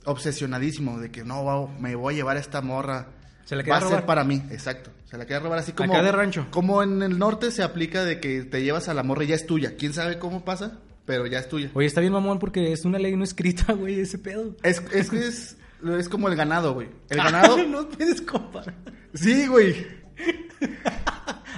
E: obsesionadísimo de que no, wow, me voy a llevar a esta morra.
D: Se la quería
E: Va a ser
D: robar.
E: para mí, exacto. Se la quería robar así como.
D: Acá de rancho.
E: Como en el norte se aplica de que te llevas a la morra y ya es tuya. Quién sabe cómo pasa, pero ya es tuya.
D: Oye, está bien, mamón, porque es una ley no escrita, güey, ese pedo.
E: Es, es que es, es como el ganado, güey. El ganado.
D: no puedes comparar.
E: sí, güey.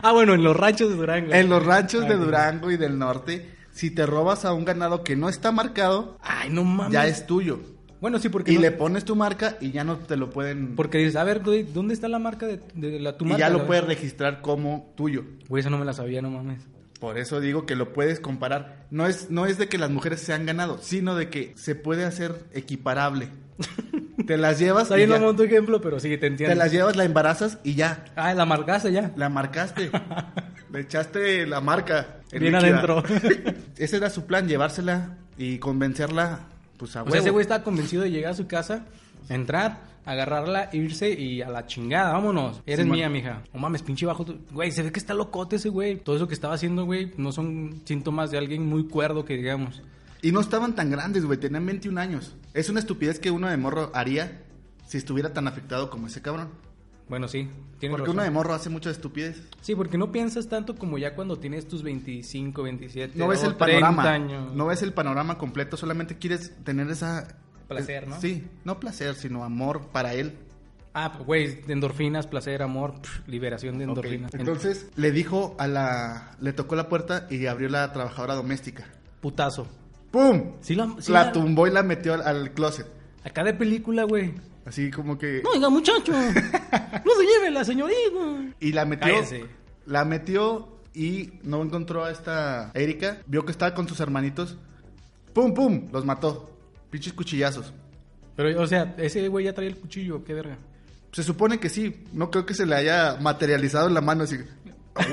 D: Ah, bueno, en los ranchos de Durango.
E: En los ranchos de
D: Ay,
E: Durango y del norte, si te robas a un ganado que no está marcado,
D: Ay, no mames.
E: ya es tuyo.
D: Bueno, sí, porque.
E: Y
D: no-
E: le pones tu marca y ya no te lo pueden.
D: Porque dices, a ver, güey, ¿dónde está la marca de, de la tu
E: Y
D: marca?
E: ya
D: La-
E: lo puedes registrar como tuyo.
D: Güey, eso no me la sabía, no mames.
E: Por eso digo que lo puedes comparar. No es, no es de que las mujeres se han ganado, sino de que se puede hacer equiparable. te las llevas,
D: Está
E: y
D: bien,
E: ya.
D: mamón, tu ejemplo, pero sí, te entiendo.
E: te las llevas, la embarazas y ya.
D: Ah, la marcaste ya.
E: La marcaste. Le echaste la marca. en
D: Bien
E: líquida.
D: adentro.
E: Ese era su plan, llevársela y convencerla. Pues a
D: O sea, ese
E: huevo.
D: güey estaba convencido de llegar a su casa, entrar, agarrarla, irse y a la chingada, vámonos. Eres
E: Simón.
D: mía, mija. No mames, pinche bajo. tu- Güey, se ve que está locote ese güey. Todo eso que estaba haciendo, güey, no son síntomas de alguien muy cuerdo que digamos.
E: Y no estaban tan grandes, güey, tenían 21 años. Es una estupidez que uno de morro haría si estuviera tan afectado como ese cabrón.
D: Bueno, sí, tiene
E: Porque
D: razón.
E: uno de morro hace muchas estupideces.
D: Sí, porque no piensas tanto como ya cuando tienes tus 25, 27,
E: No ves
D: o
E: el panorama.
D: 30 años.
E: No ves el panorama completo, solamente quieres tener esa...
D: Placer, ¿no?
E: Sí, no placer, sino amor para él.
D: Ah, pues, güey, de endorfinas, placer, amor, pf, liberación de
E: Ok,
D: endorfinas.
E: Entonces le dijo a la... Le tocó la puerta y abrió la trabajadora doméstica.
D: Putazo.
E: ¡Pum!
D: Sí la- sí
E: la
D: la-
E: tumbó y la metió al, al closet.
D: Acá de película, güey.
E: Así como que...
D: No, oiga, muchacho. no se lleve la señorita.
E: Y la metió.
D: Cállese.
E: La metió y no encontró a esta Erika. Vio que estaba con sus hermanitos. ¡Pum, pum! Los mató. Pinches cuchillazos.
D: Pero, o sea, ese güey ya traía el cuchillo, qué verga.
E: Se supone que sí. No creo que se le haya materializado en la mano así. A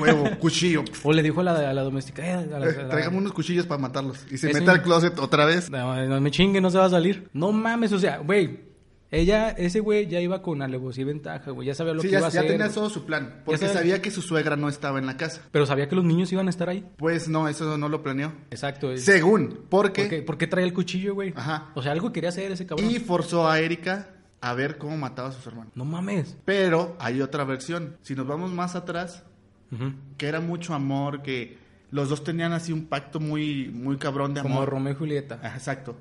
E: huevo, cuchillo.
D: O le dijo a la, a la doméstica, eh, a la- a la-
E: Eh, Tráigame unos cuchillos para matarlos. Y se
D: Eh,
E: mete
D: sí.
E: al closet otra vez.
D: No, no me chingue, no se va a salir. No mames, o sea, güey. Ella, ese güey ya iba con alevosía y ventaja, güey. Ya sabía lo
E: Sí,
D: que iba
E: ya,
D: a
E: ya
D: hacer.
E: tenía todo su plan. Porque
D: sabes.
E: sabía que su suegra no estaba en la casa.
D: Pero sabía que los niños iban a estar ahí.
E: Pues no, eso no lo planeó.
D: Exacto. eh.
E: Según,
D: ¿Por qué,
E: porque.
D: por qué traía el cuchillo, güey?
E: Ajá.
D: O sea, algo quería hacer ese cabrón.
E: Y forzó a Erika a ver cómo mataba a sus hermanos.
D: No mames.
E: Pero hay otra versión. Si nos vamos más atrás,
D: Ujú.
E: que era mucho amor, que los dos tenían así un pacto muy, muy cabrón de
D: Como
E: amor. Ah.
D: Romeo y Julieta.
E: Ajá, Exacto.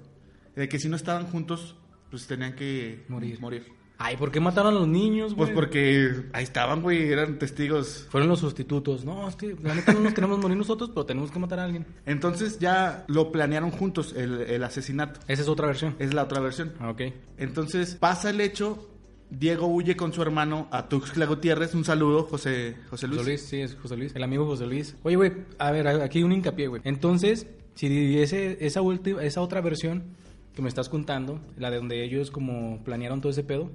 E: De que si no estaban juntos, pues tenían que
D: Morir.
E: morir.
D: Ay, ¿por qué mataron a los niños, güey?
E: Pues porque ahí estaban, güey, eran testigos.
D: Fueron los sustitutos. No, es que la neta no nos queremos morir nosotros, pero tenemos que matar a alguien.
E: Entonces ya lo planearon juntos, el, el asesinato.
D: Esa es otra versión.
E: Es la otra versión.
D: Ah, Ok.
E: Entonces pasa el hecho, Diego huye con su hermano a Tuxtla Gutiérrez. Un saludo, José, José Luis.
D: José Luis, sí, es José Luis, el amigo José Luis. Oye, güey, a ver, a- aquí un hincapié, güey. Entonces, si ese, esa, última, esa otra versión que me estás contando, la de donde ellos como planearon todo ese pedo,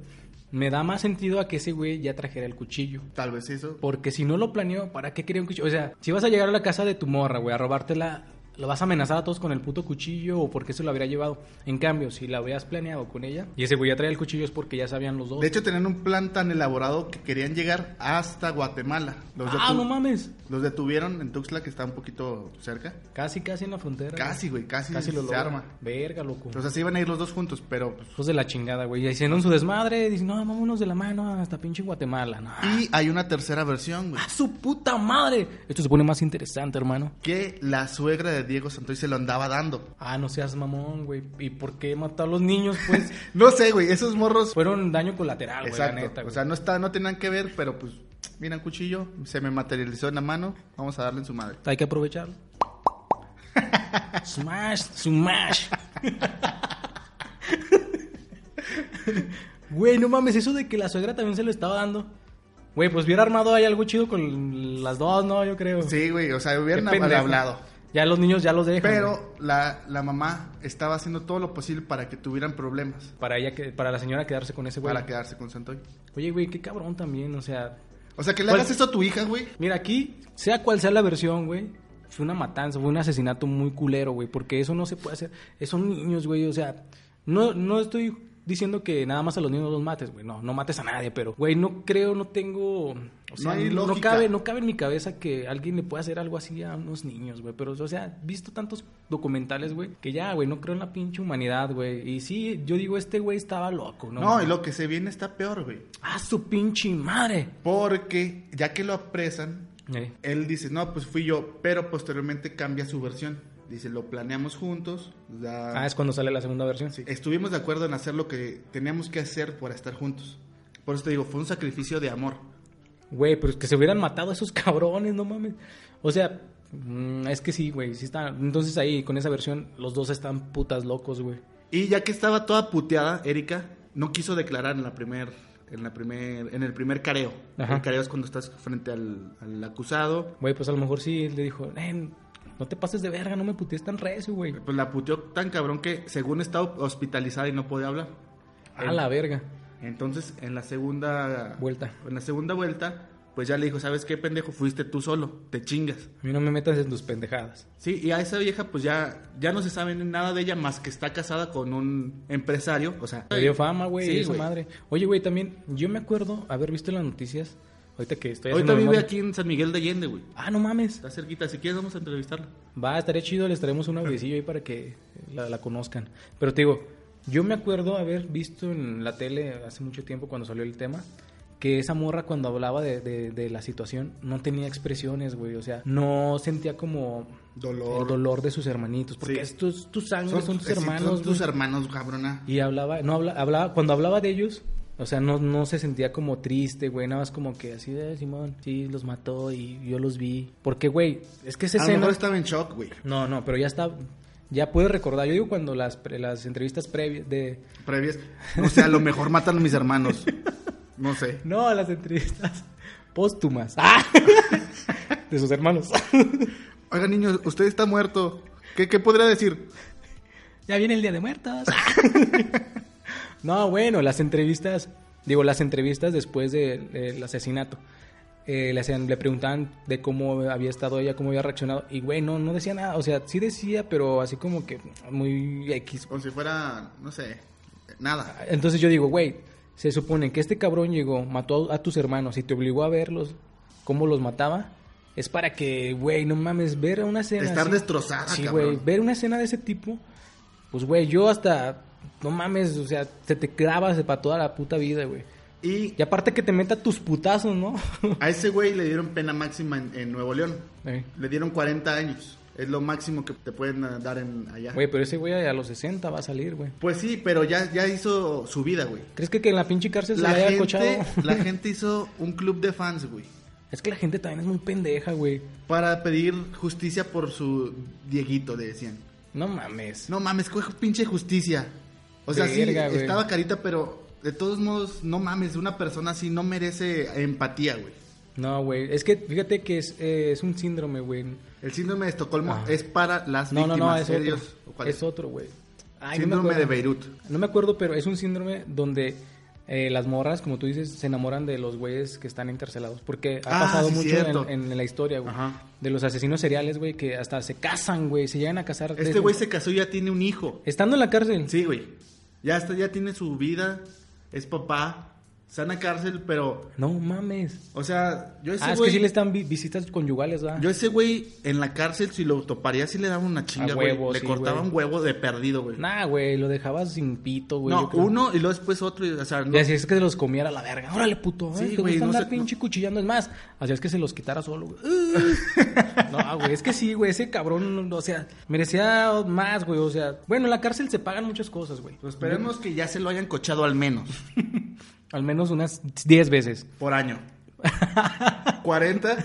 D: me da más sentido a que ese güey ya trajera el cuchillo.
E: Tal vez eso.
D: Porque si no lo planeó, ¿para qué quería un cuchillo? O sea, si vas a llegar a la casa de tu morra, güey, a robártela, ¿lo vas a amenazar a todos con el puto cuchillo o porque se lo habría llevado? En cambio, si la habías planeado con ella y ese güey ya traía el cuchillo es porque ya sabían los dos.
E: De hecho, tenían un plan tan elaborado que querían llegar hasta Guatemala. Los,
D: ah,
E: detu-
D: no mames.
E: los detuvieron en Tuxtla, que está un poquito cerca.
D: Casi, casi en la frontera. güey.
E: Casi, güey, casi,
D: Casi lo
E: se
D: logra.
E: arma.
D: Verga, loco.
E: O sea, se iban a ir los dos juntos, pero... pues,
D: Hijos de la chingada, güey. Ya hicieron su desmadre. Dicen, no, vámonos de la mano hasta pinche Guatemala. No.
E: Y hay una tercera versión, güey.
D: ¡A Ah, su puta madre! Esto se pone más interesante, hermano.
E: Que la suegra de Diego Santoy se lo andaba dando.
D: Ah, no seas mamón, güey. ¿Y por qué mató a los niños, pues?
E: No sé, güey, esos morros...
D: Fueron daño colateral, güey, la
E: Exacto.
D: neta, güey.
E: o sea, no, está, no tenían que ver, pero pues... Mira, un cuchillo, se me materializó en la mano, vamos a darle en su madre.
D: Hay que aprovecharlo. smash, smash. Güey, no mames, eso de que la suegra también se lo estaba dando. Güey, pues hubiera armado ahí algo chido con las dos, ¿no? Yo creo.
E: Sí, güey, o sea, hubieran
D: Qué pendejo.
E: hablado.
D: Ya los niños ya los dejan. güey.
E: Pero la, la mamá estaba haciendo todo lo posible para que tuvieran problemas
D: Para ella, que, para la señora quedarse con ese güey.
E: para quedarse con Santoy.
D: Oye, güey, qué cabrón también, o sea...
E: O sea, que le
D: Pues-
E: hagas esto a tu hija, güey.
D: Mira, aquí, sea cual sea la versión, güey, fue una matanza, fue un asesinato muy culero, güey, porque eso no se puede hacer. Eh, Son niños, güey, o sea, no, no estoy diciendo que nada más a los niños los mates, güey, no, no mates a nadie, pero, güey, no creo, no tengo... O sea,
E: hay
D: no, no
E: lógica.
D: cabe, no cabe en mi cabeza que alguien le pueda hacer algo así a unos niños, güey, pero, o sea, he visto tantos documentales, güey, que ya, güey, no creo en la pinche humanidad, güey. Y sí, yo digo, este güey estaba loco, ¿no?
E: No, y lo que se viene está peor, güey.
D: ¡Ah, su pinche madre!
E: Porque ya que lo apresan,
D: Eh,
E: él dice, no, pues fui yo, pero posteriormente cambia su versión. Dice, lo planeamos juntos. la-
D: Ah, es cuando sale la segunda versión.
E: Sí, Estuvimos de acuerdo en hacer lo que teníamos que hacer para estar juntos. Por eso te digo, fue un sacrificio de amor.
D: Güey, pero es que se hubieran matado a esos cabrones, no mames. O sea, mm, es que sí, güey, sí está. Entonces ahí, con esa versión, los dos están putas locos, güey.
E: Y ya que estaba toda puteada, Erika no quiso declarar en la primer, en la primer, en el primer careo.
D: Ajá.
E: El careo es cuando estás frente al, al acusado.
D: Güey, pues a lo mejor sí le dijo, "Nen, no te pases de verga, no me putees tan recio, güey.
E: Pues la puteó tan cabrón que según estaba hospitalizada y no podía hablar. Eh.
D: A la verga.
E: Entonces, en la segunda
D: Vuelta.
E: en la segunda vuelta, pues ya le dijo, "¿Sabes qué, pendejo? Fuiste tú solo, te chingas."
D: A mí no me metas en tus pendejadas.
E: Sí, y a esa vieja pues ya ya no se sabe nada de ella más que está casada con un empresario, o sea,
D: Le dio fama, güey,
E: Sí,
D: esa
E: güey.
D: madre. Oye, güey, también, yo me acuerdo haber visto en las noticias, ahorita que estoy
E: Ahorita
D: haciendo
E: vive
D: memoria.
E: aquí en San Miguel de Allende, güey.
D: Ah, no mames.
E: Está cerquita, si quieres vamos a entrevistarla.
D: Va, estaría chido, les traemos un audiocillo ahí para que la, la conozcan. Pero te digo, yo me acuerdo haber visto en la tele hace mucho tiempo cuando salió el tema que esa morra cuando hablaba de, de- de la situación no tenía expresiones, güey. O sea, no sentía como
E: Dolor.
D: el dolor de sus hermanitos. Porque
E: Sí.
D: es tu, es tu sangre, son, tus
E: sí,
D: hermanos,
E: son tus
D: güey.
E: hermanos, cabrona.
D: Y hablaba, no habla- hablaba, cuando hablaba de ellos, o sea, no, no se sentía como triste, güey, nada más como que así de Simón, sí, los mató y yo los vi. Porque, güey, es que ese
E: A lo mejor estaba en shock, güey.
D: no, no, pero ya está. Ya puedes recordar. Yo digo cuando las, pre- las entrevistas previas de.
E: Previas. No sé, a lo mejor matan a mis hermanos. No sé.
D: No, las entrevistas póstumas. ¡Ah! De sus hermanos.
E: Oiga, niños, usted está muerto. ¿Qué, qué podría decir?
D: Ya viene el día de muertos. No, bueno, las entrevistas. Digo, las entrevistas después del del asesinato. Eh, le, hacían- le preguntaban de cómo había estado ella, cómo había reaccionado. Y, güey, no, no decía nada. O sea, sí decía, pero así como que muy X.
E: Como si fuera, no sé, nada.
D: Entonces yo digo, güey, se supone que este cabrón llegó, mató a, a tus hermanos y te obligó a verlos, cómo los mataba. Es para que, güey, no mames, ver una escena.
E: Estar
D: así-
E: destrozada,
D: Sí,
E: cabrón.
D: güey, ver una escena de ese tipo. Pues, güey, yo hasta. No mames, o sea, se te grabas para toda la puta vida, güey.
E: Y
D: Y aparte que te meta tus putazos, ¿no?
E: a ese güey le dieron pena máxima en, en Nuevo León.
D: Eh,
E: Le dieron 40 años. Es lo máximo que te pueden ah, dar en allá.
D: Güey, pero ese güey a los 60 va a salir, güey.
E: Pues sí, pero ya, ya hizo su vida, güey.
D: ¿Crees que, que en la pinche cárcel
E: La
D: se le haya
E: gente,
D: cochado?
E: la gente hizo un club de fans, güey.
D: Es que la gente también es muy pendeja, güey.
E: Para pedir justicia por su Dieguito, le decían.
D: No mames.
E: No mames, coge pinche justicia. O sea,
D: Verga,
E: sí,
D: güey.
E: estaba carita, pero de todos modos, no mames, una persona así no merece empatía, güey.
D: No, güey. Es que fíjate que es, eh, es un síndrome, güey.
E: El síndrome de Estocolmo
D: Ah.
E: es para las
D: No, no,
E: víctimas.
D: no, es
E: ¿eh,
D: otro.
E: Dios? ¿O cuál
D: Es
E: es?
D: otro, güey. Ay, no me
E: síndrome de
D: acuerdo.
E: Beirut.
D: No me acuerdo, pero es un síndrome donde eh, las morras, como tú dices, se enamoran de los güeyes que están encarcelados. Porque ha
E: Ah,
D: pasado
E: sí,
D: mucho
E: cierto.
D: en, en la historia, güey.
E: Ajá.
D: De los asesinos seriales, güey, que hasta se casan, güey. Se llegan a casar.
E: Este
D: desde-
E: güey se casó y ya tiene un hijo.
D: Estando en la cárcel.
E: Sí, güey. Ya, está, ya tiene su vida, es papá, sana cárcel, pero...
D: No mames.
E: O sea, yo ese
D: Ah, es
E: güey-
D: que sí le están vi- visitas conyugales, ¿verdad?
E: Yo ese güey en la cárcel, si lo toparía, sí le daba una chinga,
D: A
E: güey.
D: huevo,
E: Le
D: sí,
E: cortaba
D: güey.
E: un huevo de perdido, güey.
D: Nah, güey, lo dejabas sin pito, güey. yo
E: no,
D: creo.
E: uno y luego después otro. y, o sea, no-
D: Y así es que se los comiera a la verga. Órale, puto.
E: Sí,
D: ¿eh? Te
E: güey,
D: gusta
E: no
D: andar
E: sé-
D: pinche cuchillando. Es más, así es que se los quitara solo, güey. no, ah, güey, es que sí, güey. Ese cabrón, o sea, merecía más, güey. O sea, bueno, en la cárcel se pagan muchas cosas, güey.
E: Pues esperemos que ya se lo hayan cochado al menos
D: Al menos unas 10 veces.
E: por año. 40,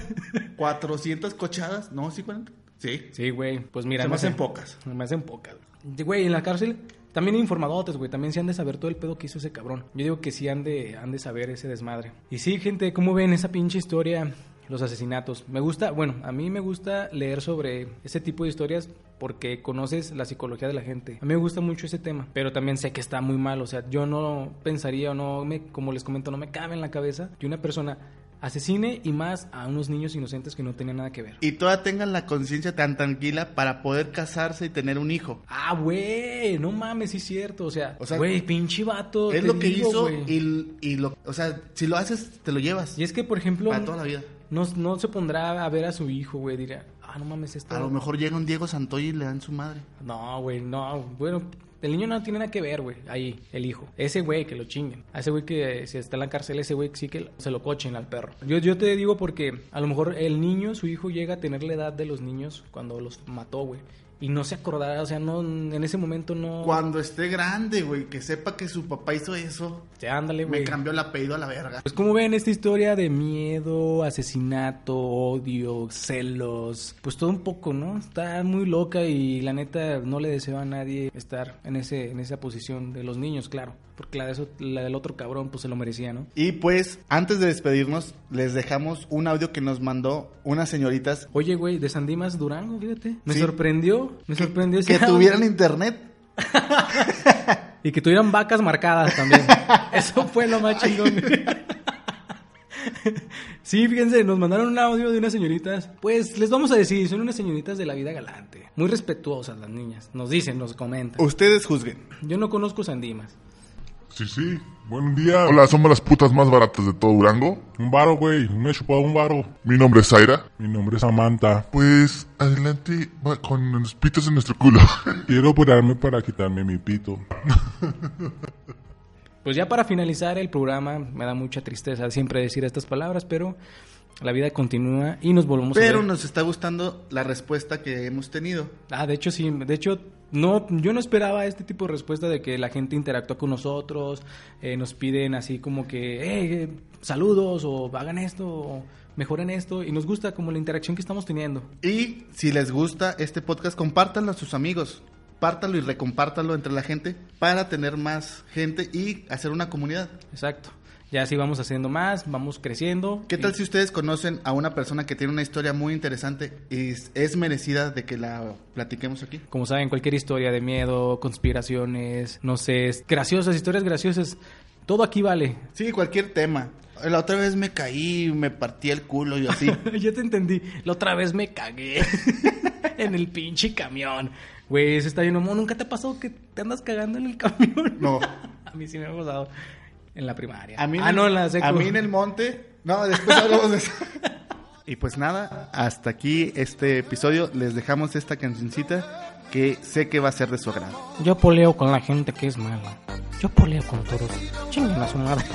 E: 400 cochadas. No, sí, 40. Sí.
D: Sí, güey. Pues mira.
E: Se me
D: no sé.
E: hacen pocas.
D: Se me hacen pocas. Güey, en la cárcel También informadotes, güey. También se han de saber todo el pedo que hizo ese cabrón. Yo digo que sí han de, han de saber ese desmadre. Y sí, gente, ¿cómo ven esa pinche historia? Los asesinatos. Me gusta, bueno, a mí me gusta leer sobre ese tipo de historias porque conoces la psicología de la gente. A mí me gusta mucho ese tema, pero también sé que está muy mal. O sea, yo no pensaría o no, me, como les comento, no me cabe en la cabeza que una persona asesine y más a unos niños inocentes que no tenían nada que ver.
E: Y todas tengan la conciencia tan tranquila para poder casarse y tener un hijo.
D: Ah, güey, no mames, sí es cierto. O sea,
E: O sea,
D: güey, pinche vato.
E: Es
D: te
E: lo que
D: digo,
E: hizo
D: güey.
E: y, y lo... O sea, si lo haces, te lo llevas.
D: Y es que, por ejemplo,
E: Para toda la vida.
D: No, no se pondrá a ver a su hijo, güey. Diría, ah, no mames, esto.
E: A lo mejor llega un Diego Santoy y le dan su madre.
D: No, güey, no. Bueno, el niño no tiene nada que ver, güey. Ahí, el hijo. Ese güey que lo chinguen. A ese güey que eh, si está en la cárcel, ese güey sí que lo- se lo cochen al perro. Yo, yo te digo porque a lo mejor el niño, su hijo, llega a tener la edad de los niños cuando los mató, güey. Y no se acordará, o sea, no, en ese momento no.
E: Cuando esté grande, güey, que sepa que su papá hizo eso,
D: O sea, ándale,
E: me
D: güey.
E: cambió el apellido a la verga.
D: Pues como ven esta historia de miedo, asesinato, odio, celos, pues todo un poco, ¿no? Está muy loca y la neta no le deseo a nadie estar en ese en esa posición de los niños, claro, porque la de eso, la del otro cabrón pues se lo merecía, ¿no?
E: Y pues, antes de despedirnos, les dejamos un audio que nos mandó unas señoritas
D: Oye, güey, de San Dimas Durango, fíjate. Me
E: Sí.
D: sorprendió, me sorprendió ese
E: que
D: audio.
E: tuvieran internet.
D: y que tuvieran vacas marcadas también. Eso fue lo más chingón. Sí, fíjense, nos mandaron un audio de unas señoritas. Pues les vamos a decir, son unas señoritas de la vida galante. Muy respetuosas las niñas. Nos dicen, nos comentan.
E: Ustedes juzguen.
D: Yo no conozco Sandimas.
G: Sí, sí. Buen día. Hola, somos las putas más baratas de todo Durango. Un varo, güey. Me he chupado un varo. Mi nombre es Zaira. Mi nombre es Samantha. Pues, adelante va con los pitos en nuestro culo. Quiero operarme para quitarme mi pito.
D: Pues ya para finalizar el programa, me da mucha tristeza siempre decir estas palabras, pero la vida continúa y nos volvemos a
E: Pero
D: ver.
E: nos está gustando la respuesta que hemos tenido.
D: Ah, de hecho sí, de hecho no, yo no esperaba este tipo de respuesta de que la gente interactúa con nosotros, eh, nos piden así como que "Eh, eh, saludos o hagan esto o mejoren esto y nos gusta como la interacción que estamos teniendo.
E: Y si les gusta este podcast, compártanlo a sus amigos. Pártalo y recompártalo entre la gente para tener más gente y hacer una comunidad.
D: Exacto. Ya así vamos haciendo más, vamos creciendo.
E: ¿Qué tal
D: Y-
E: si ustedes conocen a una persona que tiene una historia muy interesante y es- es merecida de que la platiquemos aquí?
D: Como saben, cualquier historia de miedo, conspiraciones, no sé, es- graciosas, historias graciosas, todo aquí vale.
E: Sí, cualquier tema. La otra vez me caí, me partí el culo y así.
D: ya te entendí. La otra vez me cagué en el pinche camión. Güey, eso está bien. mamón. ¿Nunca te ha pasado que te andas cagando en el camión?
E: No.
D: a mí sí me ha pasado. En la primaria.
E: A mí
D: ah,
E: en-
D: no, en la secu.
E: A mí en el monte. No, después hablamos de eso. Y pues nada, hasta aquí este episodio. Les dejamos esta cancioncita que sé que va a ser de su agrado.
D: Yo poleo con la gente que es mala. Yo poleo con todos. Chinguen a su madre.